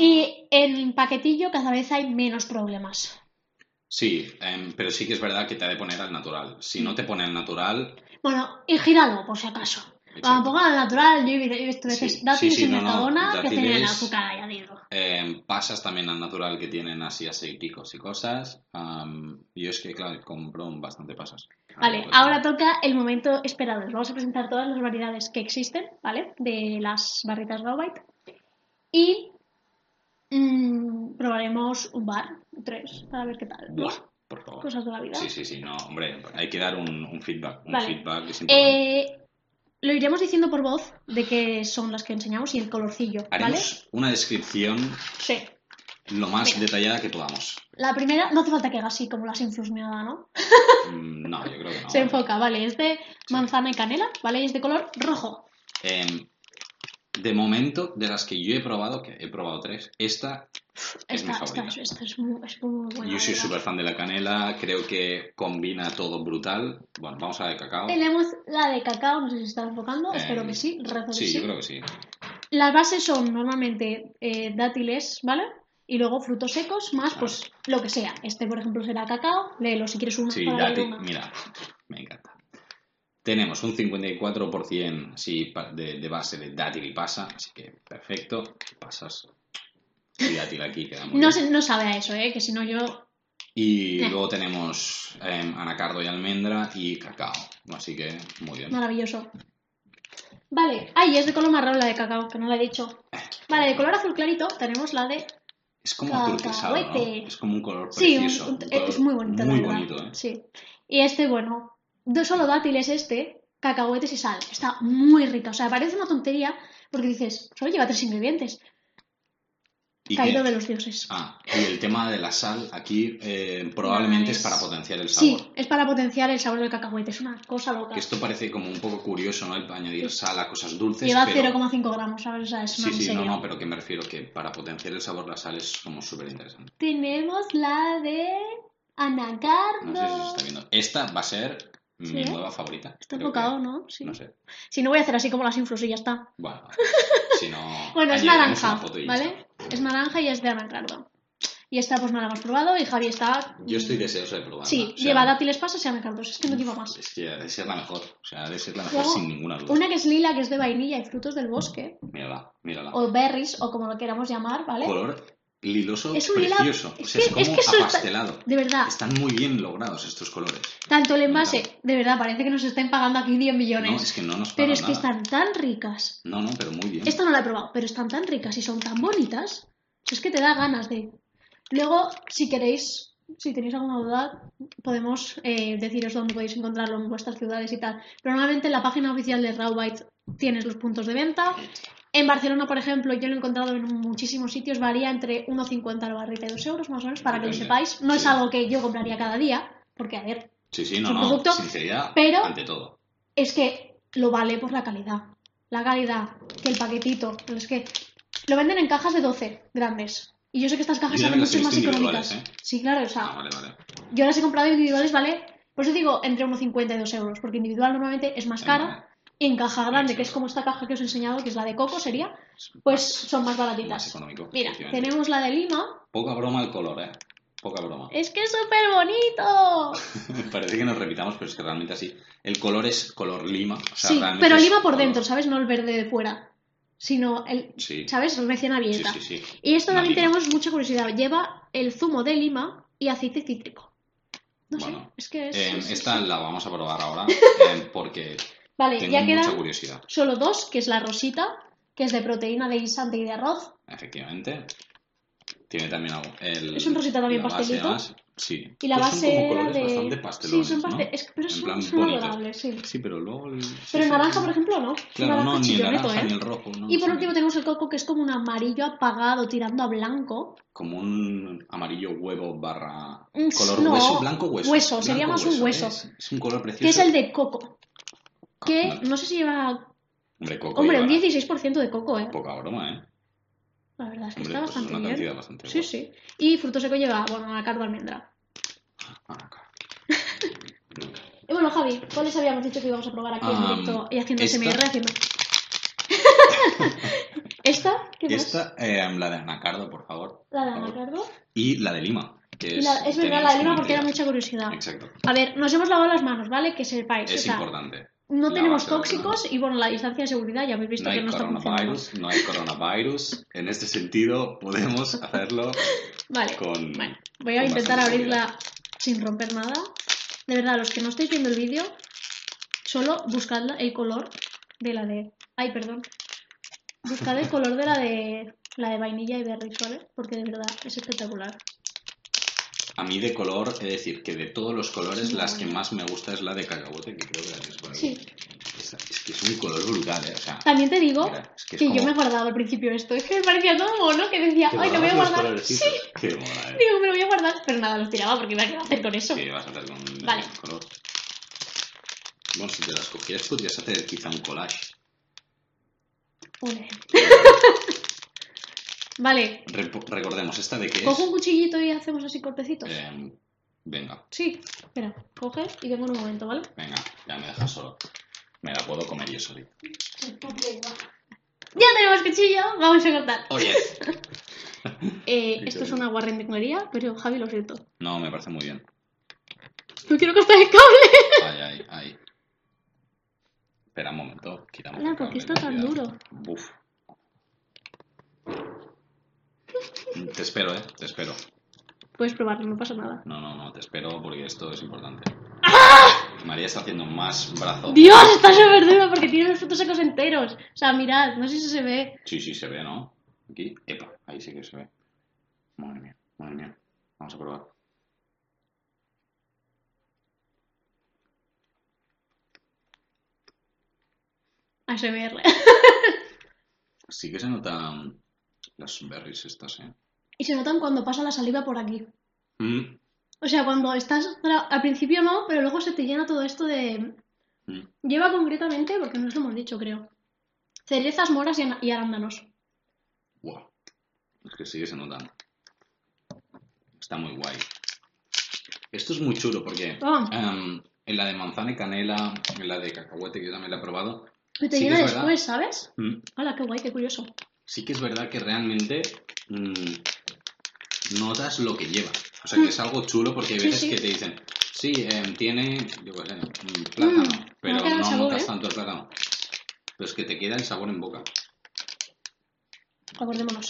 Speaker 1: Y en paquetillo cada vez hay menos problemas.
Speaker 2: Sí, em, pero sí que es verdad que te ha de poner al natural. Si
Speaker 1: Mm.
Speaker 2: no te pone al natural...
Speaker 1: Ah, Bueno, y gíralo, por si acaso. Cuando
Speaker 2: exacto.
Speaker 1: pongan al natural, yo he visto- he visto veces
Speaker 2: Sí,
Speaker 1: dátiles
Speaker 2: sí, sí,
Speaker 1: en
Speaker 2: no, no,
Speaker 1: Mercadona que
Speaker 2: dátiles-
Speaker 1: tienen azúcar añadido.
Speaker 2: Em, pasas también al natural que tienen así aceiticos y cosas. Am, yo es que, claro, compro bastante pasas.
Speaker 1: Vale,
Speaker 2: Entonces,
Speaker 1: ahora toca el momento esperado. Os vamos a presentar todas las variedades que existen, ¿vale? De las barritas Rowbite. Y mm, probaremos un bar, tres, para ver qué tal. ¿no?
Speaker 2: Buah, por favor.
Speaker 1: Cosas de la vida.
Speaker 2: Sí, sí, sí, no, hombre, hay que dar un, un feedback. Un
Speaker 1: Vale.
Speaker 2: feedback es importante.
Speaker 1: Eh, lo iremos diciendo por voz de qué son las que enseñamos y el colorcillo, ¿vale?
Speaker 2: Haremos una descripción
Speaker 1: Sí.
Speaker 2: lo más
Speaker 1: Venga.
Speaker 2: detallada que podamos.
Speaker 1: La primera, no hace falta que haga así como las influx ni nada, ¿no?
Speaker 2: Mm, No, yo creo que no.
Speaker 1: Se enfoca, vale, es de manzana y canela, ¿vale? Y es de color rojo.
Speaker 2: Em, de momento, de las que yo he probado, que he probado tres, esta, Es mi
Speaker 1: Esta, esta,
Speaker 2: favorita.
Speaker 1: esta es muy, es muy buena. ¿eh?
Speaker 2: yo soy
Speaker 1: la
Speaker 2: súper
Speaker 1: verdad.
Speaker 2: fan de la canela, creo que combina todo brutal. Bueno, vamos a la de cacao.
Speaker 1: Tenemos la de cacao, no sé si se está enfocando,
Speaker 2: Ah. Eh,
Speaker 1: espero que sí, rezo
Speaker 2: Sí,
Speaker 1: que sí.
Speaker 2: yo creo que sí.
Speaker 1: Las bases son normalmente eh, dátiles, ¿vale? Y luego frutos secos, más pues lo que sea. Este, por ejemplo, será cacao, léelo si quieres una
Speaker 2: Sí,
Speaker 1: para
Speaker 2: ya
Speaker 1: leer
Speaker 2: te-
Speaker 1: una.
Speaker 2: mira, me encanta. Tenemos un 54% sí, pa- de, de base de dátil y pasa, así que perfecto. Pasas y dátil aquí queda muy
Speaker 1: No,
Speaker 2: bien.
Speaker 1: se- no sabe a eso, ¿eh? Que si no yo...
Speaker 2: Y
Speaker 1: Eh.
Speaker 2: luego tenemos em, anacardo y almendra y cacao, así que muy bien.
Speaker 1: Maravilloso. Vale, ay, es de color marrón la de cacao, que no la he dicho. Vale, de color azul clarito tenemos la de
Speaker 2: Es como turquesado, ¿no?
Speaker 1: Cacahuete.
Speaker 2: Es como un color
Speaker 1: este. Sí, un-
Speaker 2: precioso.
Speaker 1: un-
Speaker 2: un color
Speaker 1: es muy bonito. la
Speaker 2: Muy
Speaker 1: verdad.
Speaker 2: bonito, ¿eh?
Speaker 1: Sí. Y este, bueno, dos solo dátiles este, cacahuetes y sal. Está muy rica. O sea, parece una tontería porque dices, solo lleva tres ingredientes.
Speaker 2: ¿Y
Speaker 1: Caído
Speaker 2: qué?
Speaker 1: de los dioses.
Speaker 2: Ah, y el tema de la sal aquí eh, probablemente es...
Speaker 1: Es-
Speaker 2: para potenciar el sabor.
Speaker 1: Sí, es para potenciar el sabor del cacahuete. Es una cosa loca.
Speaker 2: Que esto parece como un poco curioso, ¿no? El añadir sal a cosas dulces,
Speaker 1: Lleva
Speaker 2: pero...
Speaker 1: 0,5 gramos, ¿sabes? O sea, es una
Speaker 2: Sí, sí,
Speaker 1: miseria.
Speaker 2: no, no, pero que me refiero que para potenciar el sabor la sal es como súper interesante.
Speaker 1: Tenemos la de anacardo.
Speaker 2: No sé si se está viendo. Esta va a ser mi
Speaker 1: Sí.
Speaker 2: nueva favorita.
Speaker 1: Está
Speaker 2: Creo
Speaker 1: enfocado,
Speaker 2: que-
Speaker 1: ¿no? Sí.
Speaker 2: No sé.
Speaker 1: Si no, voy a hacer así como las influs y ya está.
Speaker 2: Bueno, si no...
Speaker 1: Bueno, es
Speaker 2: añadiremos
Speaker 1: naranja,
Speaker 2: una foto y ya
Speaker 1: ¿vale? Es naranja y es de anacardo. Y esta pues no la hemos probado y Javi está...
Speaker 2: está. Yo estoy deseoso de probarla.
Speaker 1: Sí,
Speaker 2: O sea,
Speaker 1: lleva dátiles pasas y anacardos. Es que no lleva más.
Speaker 2: Es que ha de ser la mejor. O sea, ha de ser la mejor
Speaker 1: Luego,
Speaker 2: sin ninguna duda.
Speaker 1: Una que es lila, que es de vainilla y frutos del bosque.
Speaker 2: Mírala, mírala.
Speaker 1: O berries, o como lo queramos llamar, ¿vale?
Speaker 2: Color liloso
Speaker 1: Es un lila-
Speaker 2: precioso. O
Speaker 1: es
Speaker 2: sea, es
Speaker 1: que- es
Speaker 2: como
Speaker 1: que eso está-
Speaker 2: apastelado.
Speaker 1: De verdad,
Speaker 2: Están muy bien logrados estos colores.
Speaker 1: tanto el envase,
Speaker 2: encanta.
Speaker 1: de verdad, parece que nos estén pagando aquí 10 millones.
Speaker 2: No, es que no nos
Speaker 1: pero
Speaker 2: pagan
Speaker 1: es que
Speaker 2: nada.
Speaker 1: están tan ricas.
Speaker 2: No, no, pero muy bien.
Speaker 1: Esta no la he probado, pero están tan ricas y son tan bonitas. O sea, es que te da ganas de. Luego, si queréis, si tenéis alguna duda, podemos eh, deciros dónde podéis encontrarlo en vuestras ciudades y tal. Pero normalmente en la página oficial de Raw Bites tienes los puntos de venta. En Barcelona, por ejemplo, yo lo he encontrado en muchísimos sitios, varía entre 1,50 la barrita y 2 euros más o menos, para que lo
Speaker 2: Depende.
Speaker 1: sepáis. No es
Speaker 2: Sí.
Speaker 1: algo que yo compraría cada día, porque a ver,
Speaker 2: Sí, sí, no,
Speaker 1: su
Speaker 2: no.
Speaker 1: producto,
Speaker 2: Sinceridad
Speaker 1: pero-
Speaker 2: ante todo.
Speaker 1: es que lo vale por la calidad. La calidad, que el paquetito. pero es que lo venden en cajas de 12 grandes. Y yo sé que estas cajas
Speaker 2: Yo ya
Speaker 1: salen
Speaker 2: las he
Speaker 1: mucho más
Speaker 2: visto
Speaker 1: económicas.
Speaker 2: individuales,
Speaker 1: Sí, claro, o
Speaker 2: Ah,
Speaker 1: sea,
Speaker 2: vale, vale.
Speaker 1: yo las he comprado individuales, ¿vale? Por eso digo entre 1,50 y 2 euros, porque individual normalmente es
Speaker 2: Ah,
Speaker 1: más cara. Y en caja grande, que es como esta caja que os he enseñado, que es la de coco, sería,
Speaker 2: Es
Speaker 1: pues
Speaker 2: más-
Speaker 1: son más
Speaker 2: más
Speaker 1: baratitas.
Speaker 2: económico. pues,
Speaker 1: Mira,
Speaker 2: efectivamente.
Speaker 1: tenemos la de lima,
Speaker 2: Poca broma el color, ¿eh? Poca broma.
Speaker 1: Es que es súper bonito.
Speaker 2: Parece que nos repitamos, pero es que realmente así. El color es color lima. o sea,
Speaker 1: sí,
Speaker 2: realmente
Speaker 1: pero
Speaker 2: es
Speaker 1: lima por
Speaker 2: color-
Speaker 1: dentro, ¿sabes? No el verde de fuera, sino el,
Speaker 2: Sí.
Speaker 1: ¿sabes? Recién
Speaker 2: Sí,
Speaker 1: abierta.
Speaker 2: sí, sí.
Speaker 1: Y esto
Speaker 2: Una
Speaker 1: también
Speaker 2: lima.
Speaker 1: tenemos mucha curiosidad. Lleva el zumo de lima y aceite cítrico. No sé,
Speaker 2: Bueno,
Speaker 1: es que es...
Speaker 2: Eh,
Speaker 1: es- es-
Speaker 2: esta la vamos a probar ahora eh, porque
Speaker 1: Vale,
Speaker 2: tengo
Speaker 1: ya
Speaker 2: mucha
Speaker 1: quedan
Speaker 2: curiosidad.
Speaker 1: solo dos, que es la rosita, que es de proteína de guisante y de arroz.
Speaker 2: Efectivamente. Tiene también algo. El,
Speaker 1: Es un rosita también
Speaker 2: la base,
Speaker 1: pastelito.
Speaker 2: además, sí.
Speaker 1: Y la
Speaker 2: Pues
Speaker 1: base
Speaker 2: son como colores
Speaker 1: era de...
Speaker 2: bastante pastelones,
Speaker 1: sí, son
Speaker 2: ¿no?
Speaker 1: pastelones. Pero
Speaker 2: En
Speaker 1: son,
Speaker 2: plan
Speaker 1: son
Speaker 2: bonitos.
Speaker 1: adorables, sí.
Speaker 2: Sí, pero luego... el- sí,
Speaker 1: Pero el
Speaker 2: sí,
Speaker 1: naranja,
Speaker 2: sí.
Speaker 1: por ejemplo, no.
Speaker 2: Claro,
Speaker 1: naranja
Speaker 2: no, ni el
Speaker 1: chilloneto,
Speaker 2: naranja
Speaker 1: ¿eh?
Speaker 2: ni el rojo. no,
Speaker 1: Y por
Speaker 2: sí.
Speaker 1: último tenemos el coco, que es como un amarillo apagado tirando a blanco.
Speaker 2: Como un amarillo huevo barra...
Speaker 1: Mm,
Speaker 2: Color
Speaker 1: no,
Speaker 2: hueso, blanco hueso.
Speaker 1: hueso, sería
Speaker 2: Blanco
Speaker 1: más un
Speaker 2: hueso,
Speaker 1: hueso.
Speaker 2: ¿eh? Es, es un color precioso.
Speaker 1: Que es el de coco. Que
Speaker 2: Hombre,
Speaker 1: no sé si lleva.
Speaker 2: Hombre, coco
Speaker 1: Hombre, un
Speaker 2: llevará.
Speaker 1: 16% de coco, ¿eh?
Speaker 2: Poca broma, ¿eh?
Speaker 1: La verdad es que
Speaker 2: Hombre,
Speaker 1: está
Speaker 2: pues es
Speaker 1: bastante
Speaker 2: una
Speaker 1: bien.
Speaker 2: cantidad bastante
Speaker 1: Sí,
Speaker 2: buena.
Speaker 1: sí. Y fruto seco lleva, bueno, anacardo almendra.
Speaker 2: Ah, claro.
Speaker 1: Y bueno, Javi, ¿cuáles habíamos dicho que íbamos a probar aquí
Speaker 2: Ah,
Speaker 1: en directo y haciendo
Speaker 2: esta.
Speaker 1: SMR? Haciendo... ¿Esta? ¿Qué más?
Speaker 2: Esta, eh, la de anacardo, por favor.
Speaker 1: La de
Speaker 2: Por favor.
Speaker 1: anacardo.
Speaker 2: Y la de lima. Que
Speaker 1: Y la-
Speaker 2: es,
Speaker 1: es verdad,
Speaker 2: teníamos
Speaker 1: la de lima
Speaker 2: como
Speaker 1: porque era
Speaker 2: intrigas.
Speaker 1: mucha curiosidad.
Speaker 2: Exacto.
Speaker 1: A ver, nos hemos lavado las manos, ¿vale? Que sepáis. o
Speaker 2: Es
Speaker 1: sea,
Speaker 2: importante.
Speaker 1: no
Speaker 2: La
Speaker 1: tenemos
Speaker 2: base de la
Speaker 1: tóxicos y bueno, la distancia de seguridad ya habéis visto
Speaker 2: No
Speaker 1: que
Speaker 2: hay
Speaker 1: no está funcionando.
Speaker 2: coronavirus, no hay coronavirus. En este sentido, podemos hacerlo
Speaker 1: Vale.
Speaker 2: con...
Speaker 1: Bueno, voy a
Speaker 2: con
Speaker 1: intentar
Speaker 2: bastante
Speaker 1: abrirla sin romper nada. De verdad, los que no estáis viendo el vídeo, solo buscad la- el color de la de. Ay, perdón. Buscad el color de la de la de vainilla y berries, ¿vale? Porque de verdad es espectacular.
Speaker 2: A mí de color, he de decir que de todos los colores,
Speaker 1: Sí,
Speaker 2: las
Speaker 1: bueno.
Speaker 2: que más me gusta es la de cacahuete, que creo que la tienes por ahí.
Speaker 1: Sí.
Speaker 2: Es, es que es un color brutal, ¿eh? O sea,
Speaker 1: También te digo
Speaker 2: Mira, es que
Speaker 1: que,
Speaker 2: es como-
Speaker 1: yo me guardaba al principio esto. Es que me parecía tan mono que decía, ay, que me voy a guardar. Sí,
Speaker 2: Qué mola, ¿eh?
Speaker 1: digo, me lo voy a guardar. Pero nada, los tiraba porque iba a hacer con eso.
Speaker 2: ¿Qué vas a hacer con
Speaker 1: Vale.
Speaker 2: el color? Bueno, si te las cogías, podrías hacer quizá un collage.
Speaker 1: Ole. vale,
Speaker 2: Repo- recordemos, ¿esta de qué es?
Speaker 1: cojo un cuchillito y hacemos así cortecitos.
Speaker 2: Eh, venga,
Speaker 1: Sí, espera, coge y vengo en un momento, ¿vale?
Speaker 2: venga, ya me dejas solo. Me la puedo comer yo solo.
Speaker 1: Ya tenemos cuchillo, vamos a cortar.
Speaker 2: Oye,
Speaker 1: Eh,
Speaker 2: Sí,
Speaker 1: esto es
Speaker 2: claro.
Speaker 1: una guarrendiconería, pero Javi, lo siento.
Speaker 2: no, me parece muy bien.
Speaker 1: No quiero cortar el cable.
Speaker 2: Ay, ay, ay. Espera un momento, quitamos.
Speaker 1: Hola,
Speaker 2: el
Speaker 1: ¿por qué
Speaker 2: cable,
Speaker 1: está tan
Speaker 2: cuidado.
Speaker 1: duro?
Speaker 2: Buf. Te espero, eh, te espero.
Speaker 1: Puedes probarlo, no pasa nada.
Speaker 2: No, no, no, te espero porque esto es importante.
Speaker 1: ¡Ah!
Speaker 2: María está haciendo más brazo.
Speaker 1: Dios, está súper duro porque tiene los frutos secos enteros. O sea, mirad, no sé si se ve.
Speaker 2: Sí, sí, se ve, ¿no? Aquí. Epa, ahí sí que se ve. Madre mía, madre mía. Vamos a probar.
Speaker 1: ASMR.
Speaker 2: Sí que se notan las berries estas, ¿eh?
Speaker 1: Y se notan cuando pasa la saliva por aquí.
Speaker 2: Mm,
Speaker 1: O sea, cuando estás. gra- Al principio no, pero luego se te llena todo esto de.
Speaker 2: mm.
Speaker 1: Lleva concretamente, porque no os lo hemos dicho, creo. Cerezas, moras y, ana- y arándanos.
Speaker 2: Guau. Es que sí que se notan. Está muy guay. Esto es muy chulo porque
Speaker 1: Ah.
Speaker 2: em, en la de manzana y canela, en la de cacahuete que yo también la he probado,
Speaker 1: Y te
Speaker 2: Sí que
Speaker 1: llena
Speaker 2: es verdad.
Speaker 1: después, ¿sabes?
Speaker 2: mm,
Speaker 1: Hola, qué guay, qué curioso.
Speaker 2: sí que es verdad que realmente mm, notas lo que lleva. O sea, que es algo chulo porque hay
Speaker 1: Mm. Sí,
Speaker 2: veces
Speaker 1: sí.
Speaker 2: que te dicen, sí, em, tiene, yo qué sé, mm, plátano,
Speaker 1: Mm,
Speaker 2: pero
Speaker 1: no queda el
Speaker 2: no
Speaker 1: sabor,
Speaker 2: notas
Speaker 1: ¿eh?
Speaker 2: tanto el plátano. Pero es que te queda el sabor en boca.
Speaker 1: Acordémonos.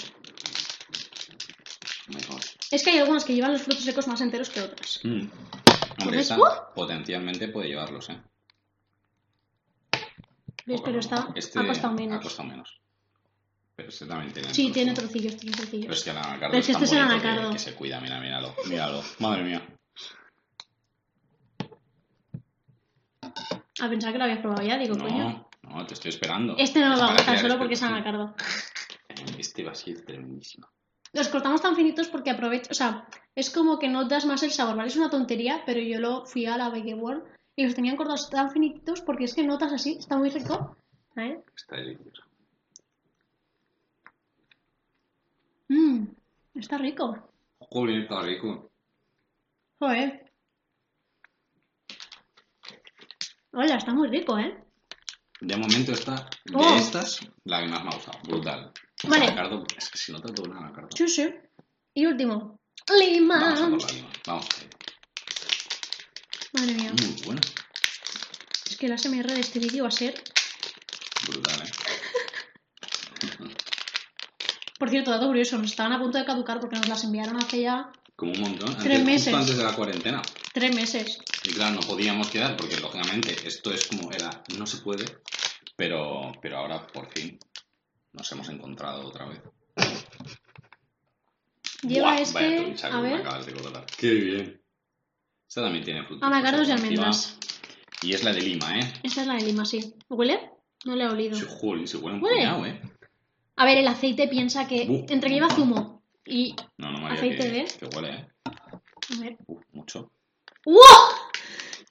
Speaker 2: Mejor.
Speaker 1: Es que hay algunas que llevan los frutos secos más enteros que otras.
Speaker 2: Mm. Hombre,
Speaker 1: ¿Comes
Speaker 2: esta
Speaker 1: tú?
Speaker 2: potencialmente puede llevarlos, ¿eh?
Speaker 1: ¿Ves?
Speaker 2: Poca
Speaker 1: Pero
Speaker 2: broma.
Speaker 1: está,
Speaker 2: Este
Speaker 1: ha costado
Speaker 2: Ha
Speaker 1: menos.
Speaker 2: costado menos. Pero este también tiene.
Speaker 1: Sí,
Speaker 2: trocitos.
Speaker 1: tiene trocillos, tiene
Speaker 2: Pero es
Speaker 1: trocillos.
Speaker 2: que el anacardo
Speaker 1: Pero es que
Speaker 2: tan
Speaker 1: este es el
Speaker 2: bonito que-
Speaker 1: anacardo.
Speaker 2: Que, se cuida, mira, míralo. Míralo. Madre mía.
Speaker 1: A pensar que lo habías probado ya, digo, coño.
Speaker 2: No, no, te estoy esperando.
Speaker 1: Este no
Speaker 2: Es
Speaker 1: lo va a
Speaker 2: para
Speaker 1: gustar
Speaker 2: crear
Speaker 1: solo porque es
Speaker 2: expectativa.
Speaker 1: anacardo.
Speaker 2: Este va a ser tremendísimo.
Speaker 1: Los cortamos tan finitos porque aprovecho, o sea, es como que no das más el sabor, ¿vale? Es una tontería, pero yo lo fui a la Veggie World y los tenían cortados tan finitos porque es que notas así, está muy rico. ¿Eh?
Speaker 2: Está delicioso.
Speaker 1: Mmm, está rico.
Speaker 2: Joder, está rico.
Speaker 1: Joder. Hola, está muy rico, ¿eh?
Speaker 2: De momento esta, de
Speaker 1: Oh.
Speaker 2: estas, la que más me ha gustado. Brutal.
Speaker 1: Vale.
Speaker 2: Anacardo, es que si no te todo un anacardo.
Speaker 1: Sí, sí. Y último, Lima.
Speaker 2: Vamos a por la lima. Vamos.
Speaker 1: Madre mía.
Speaker 2: Muy buena.
Speaker 1: Es que la SMR de este vídeo va a ser.
Speaker 2: Brutal, ¿eh?
Speaker 1: Por cierto, dato curioso, nos estaban a punto de caducar porque nos las enviaron hace ya
Speaker 2: Como un montón. Antes,
Speaker 1: Tres meses.
Speaker 2: Justo antes de la cuarentena.
Speaker 1: tres meses.
Speaker 2: Y claro, no podíamos quedar porque, lógicamente, esto es como era, no se puede. Pero, pero ahora, por fin, nos hemos encontrado otra vez.
Speaker 1: Lleva
Speaker 2: Buah, vaya
Speaker 1: este.
Speaker 2: troncha que
Speaker 1: A
Speaker 2: me
Speaker 1: ver.
Speaker 2: acabas de colocar. Qué bien. Esta también tiene fruta.
Speaker 1: Avocados y almendras.
Speaker 2: Y es la de Lima, ¿eh?
Speaker 1: Esta es la de Lima, sí. ¿Huele? No le he olido.
Speaker 2: Se, jolín, se huele un
Speaker 1: Huele.
Speaker 2: puñado, ¿eh?
Speaker 1: A ver, el aceite piensa que.
Speaker 2: Uh.
Speaker 1: Entre que lleva zumo y.
Speaker 2: No, no, María,
Speaker 1: Aceite
Speaker 2: que,
Speaker 1: de-
Speaker 2: que huele, ¿eh?
Speaker 1: A ver.
Speaker 2: Uh, mucho.
Speaker 1: ¡Wow!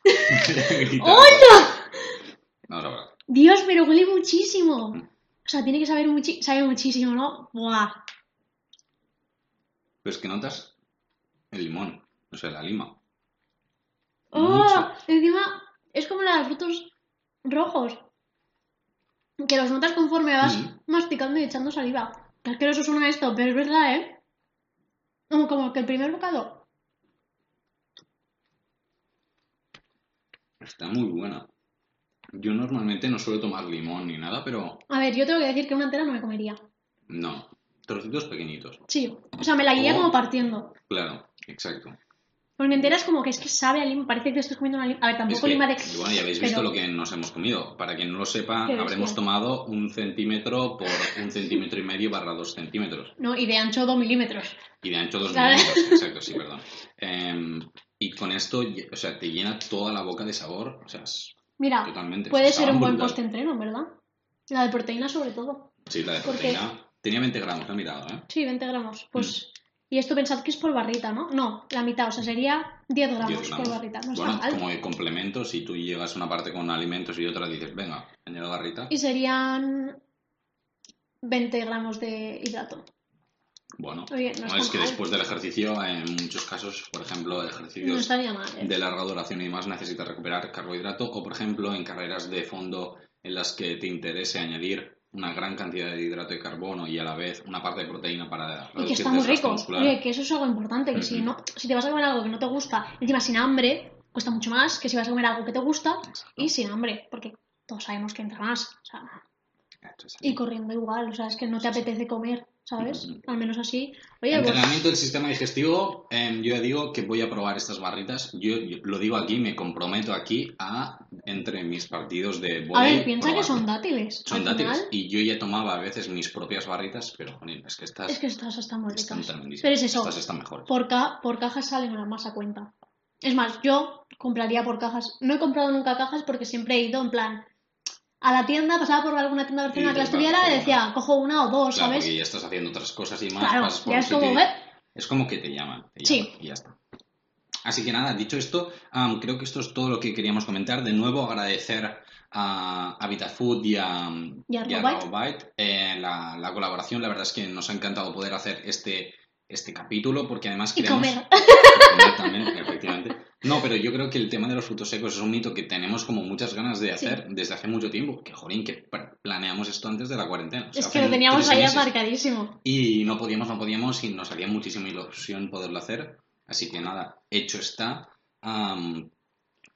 Speaker 2: Gritar.
Speaker 1: ¡Hola!
Speaker 2: Vamos a ver.
Speaker 1: Dios, pero huele muchísimo.
Speaker 2: Mm.
Speaker 1: O sea, tiene que saber muchi- sabe muchísimo, ¿no? ¡Buah!
Speaker 2: Pero es que notas el limón, o sea, la lima.
Speaker 1: ¡Oh!
Speaker 2: Mucho.
Speaker 1: Encima es como la de frutos rojos. Que los notas conforme vas
Speaker 2: Mm.
Speaker 1: masticando y echando saliva. Qué asqueroso suena esto, pero es verdad, ¿eh? Como, como que el primer bocado.
Speaker 2: Está muy buena. Yo normalmente no suelo tomar limón ni nada, pero
Speaker 1: A ver, yo tengo que decir que una entera no me comería.
Speaker 2: no. Trocitos pequeñitos.
Speaker 1: Sí. O sea, me la guía
Speaker 2: Oh.
Speaker 1: como partiendo.
Speaker 2: Claro, exacto.
Speaker 1: Porque entera es como que es que sabe a lima. Parece que estoy comiendo una lima. A ver,
Speaker 2: Es
Speaker 1: tampoco
Speaker 2: que,
Speaker 1: lima de.
Speaker 2: bueno, ya habéis visto
Speaker 1: pero-
Speaker 2: lo que nos hemos comido. Para quien no lo sepa,
Speaker 1: Qué bestia.
Speaker 2: habremos tomado un centímetro por un centímetro y medio barra dos centímetros.
Speaker 1: No, y de ancho 2 milímetros.
Speaker 2: Y de ancho dos
Speaker 1: Claro.
Speaker 2: milímetros, exacto, sí, perdón. Em, y con esto, ye- o sea, te llena toda la boca de sabor. O sea, es
Speaker 1: Mira,
Speaker 2: totalmente.
Speaker 1: puede
Speaker 2: estaba
Speaker 1: ser un buen
Speaker 2: brutal.
Speaker 1: post-entreno, ¿verdad? La de proteína sobre todo.
Speaker 2: Sí, la de
Speaker 1: porque-
Speaker 2: proteína. Tenía 20 gramos, la he mirado, ¿eh?
Speaker 1: Sí, 20 gramos. Pues.
Speaker 2: Mm.
Speaker 1: Y esto pensad que es por barrita, ¿no? No, la mitad, o sea, sería 10 gramos,
Speaker 2: 10 gramos.
Speaker 1: por barrita. No
Speaker 2: bueno,
Speaker 1: está mal.
Speaker 2: como de complemento, si tú llegas una parte con alimentos y otra dices, venga, añado garrita.
Speaker 1: Y serían 20 gramos de hidrato.
Speaker 2: Bueno,
Speaker 1: Oye, no
Speaker 2: no,
Speaker 1: está
Speaker 2: es que
Speaker 1: mal.
Speaker 2: después del ejercicio, en muchos casos, por ejemplo, ejercicios
Speaker 1: No estaría mal. ¿eh?
Speaker 2: de larga duración y demás, necesitas recuperar carbohidrato o, por ejemplo, en carreras de fondo en las que te interese añadir una gran cantidad de hidrato de carbono y a la vez una parte de proteína para
Speaker 1: Y que
Speaker 2: reducir
Speaker 1: está
Speaker 2: el
Speaker 1: muy
Speaker 2: desgaste
Speaker 1: rico.
Speaker 2: muscular. Mm-hmm.
Speaker 1: Oye, que eso es algo importante, que si
Speaker 2: Ujú.
Speaker 1: no, si te vas a comer algo que no te gusta, encima sin hambre, cuesta mucho más que si vas a comer algo que te gusta y sin hambre, porque todos sabemos que entra más. O sea,
Speaker 2: Esto es así.
Speaker 1: Y corriendo igual, o sea, es que no te apetece comer, ¿sabes?
Speaker 2: Ujú.
Speaker 1: Al menos así. Oye, pues,
Speaker 2: Mm. Entrenamiento del sistema digestivo, em, yo ya digo que voy a probar estas barritas. Yo, yo lo digo aquí, me comprometo aquí a, entre mis partidos de
Speaker 1: a
Speaker 2: vóley,
Speaker 1: ver, piensa que
Speaker 2: probar.
Speaker 1: son dátiles.
Speaker 2: Son
Speaker 1: Al
Speaker 2: dátiles.
Speaker 1: final,
Speaker 2: Y yo ya tomaba a veces mis propias barritas, pero jolín, es que estas
Speaker 1: es que estas están muy
Speaker 2: están
Speaker 1: ricas.
Speaker 2: tan buenísimas.
Speaker 1: Pero es eso,
Speaker 2: Estas están mejores.
Speaker 1: por, ca por cajas salen una más a cuenta. Es más, yo compraría por cajas. No he comprado nunca cajas porque siempre he ido en plan a la tienda, pasaba por alguna tienda de Barcelona
Speaker 2: Y
Speaker 1: que las
Speaker 2: dices, va,
Speaker 1: tuviera
Speaker 2: cojo
Speaker 1: y decía, cojo una o dos,
Speaker 2: Claro,
Speaker 1: ¿sabes?
Speaker 2: porque ya estás haciendo otras cosas y más.
Speaker 1: Claro,
Speaker 2: pasas por
Speaker 1: ya
Speaker 2: un
Speaker 1: es como,
Speaker 2: sitio y-
Speaker 1: ver
Speaker 2: Es como que te llaman. te
Speaker 1: Sí.
Speaker 2: llaman, Y ya está. Así que nada, dicho esto, am, creo que esto es todo lo que queríamos comentar. De nuevo, agradecer a Habitat Food y a,
Speaker 1: Y a
Speaker 2: y a
Speaker 1: Robite.
Speaker 2: Robite, eh, la, la colaboración. La verdad es que nos ha encantado poder hacer este, este capítulo porque además
Speaker 1: y
Speaker 2: queremos...
Speaker 1: comer.
Speaker 2: Exactamente, efectivamente. No, pero yo creo que el tema de los frutos secos es un mito que tenemos como muchas ganas de hacer desde hace mucho tiempo. Que jolín, que pr- planeamos esto antes de la cuarentena. O sea,
Speaker 1: es que
Speaker 2: hace
Speaker 1: lo teníamos
Speaker 2: tres
Speaker 1: ahí
Speaker 2: meses.
Speaker 1: aparcadísimo.
Speaker 2: Y no podíamos, no podíamos, y nos haría muchísima ilusión poderlo hacer. Así que nada, hecho está. Am,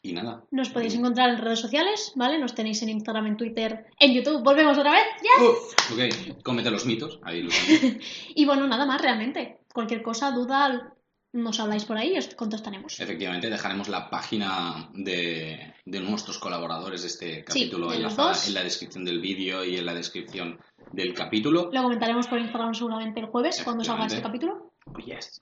Speaker 2: y nada.
Speaker 1: Nos podéis encontrar en redes sociales, ¿vale? Nos tenéis en Instagram, en Twitter, en YouTube. Volvemos otra vez. ¡Ya!
Speaker 2: Uh, ok, cómete los mitos. Ahí lo tienes.
Speaker 1: Y bueno, nada más realmente. Cualquier cosa, duda, nos habláis por ahí y os contestaremos.
Speaker 2: Efectivamente, dejaremos la página de, de nuestros colaboradores de este capítulo
Speaker 1: de los
Speaker 2: enlazada
Speaker 1: dos.
Speaker 2: en la descripción del vídeo y en la descripción del capítulo.
Speaker 1: Lo comentaremos por Instagram seguramente el jueves, cuando salga este capítulo.
Speaker 2: Yes.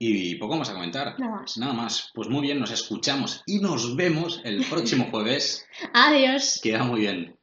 Speaker 2: Y poco más a comentar.
Speaker 1: Nada más.
Speaker 2: Nada más. Pues muy bien, nos escuchamos y nos vemos el próximo jueves.
Speaker 1: Adiós.
Speaker 2: Queda muy bien.